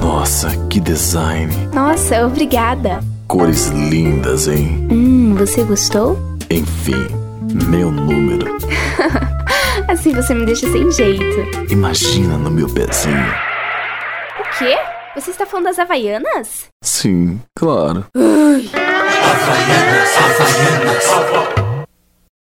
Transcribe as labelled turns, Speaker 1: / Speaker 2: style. Speaker 1: Nossa, que design!
Speaker 2: Nossa, obrigada!
Speaker 1: Cores lindas, hein?
Speaker 2: Hum, você gostou?
Speaker 1: Enfim, meu número.
Speaker 2: assim você me deixa sem jeito.
Speaker 1: Imagina no meu pezinho.
Speaker 2: O quê? Você está falando das Havaianas?
Speaker 1: Sim, claro.
Speaker 2: Ui. Havaianas, Havaianas.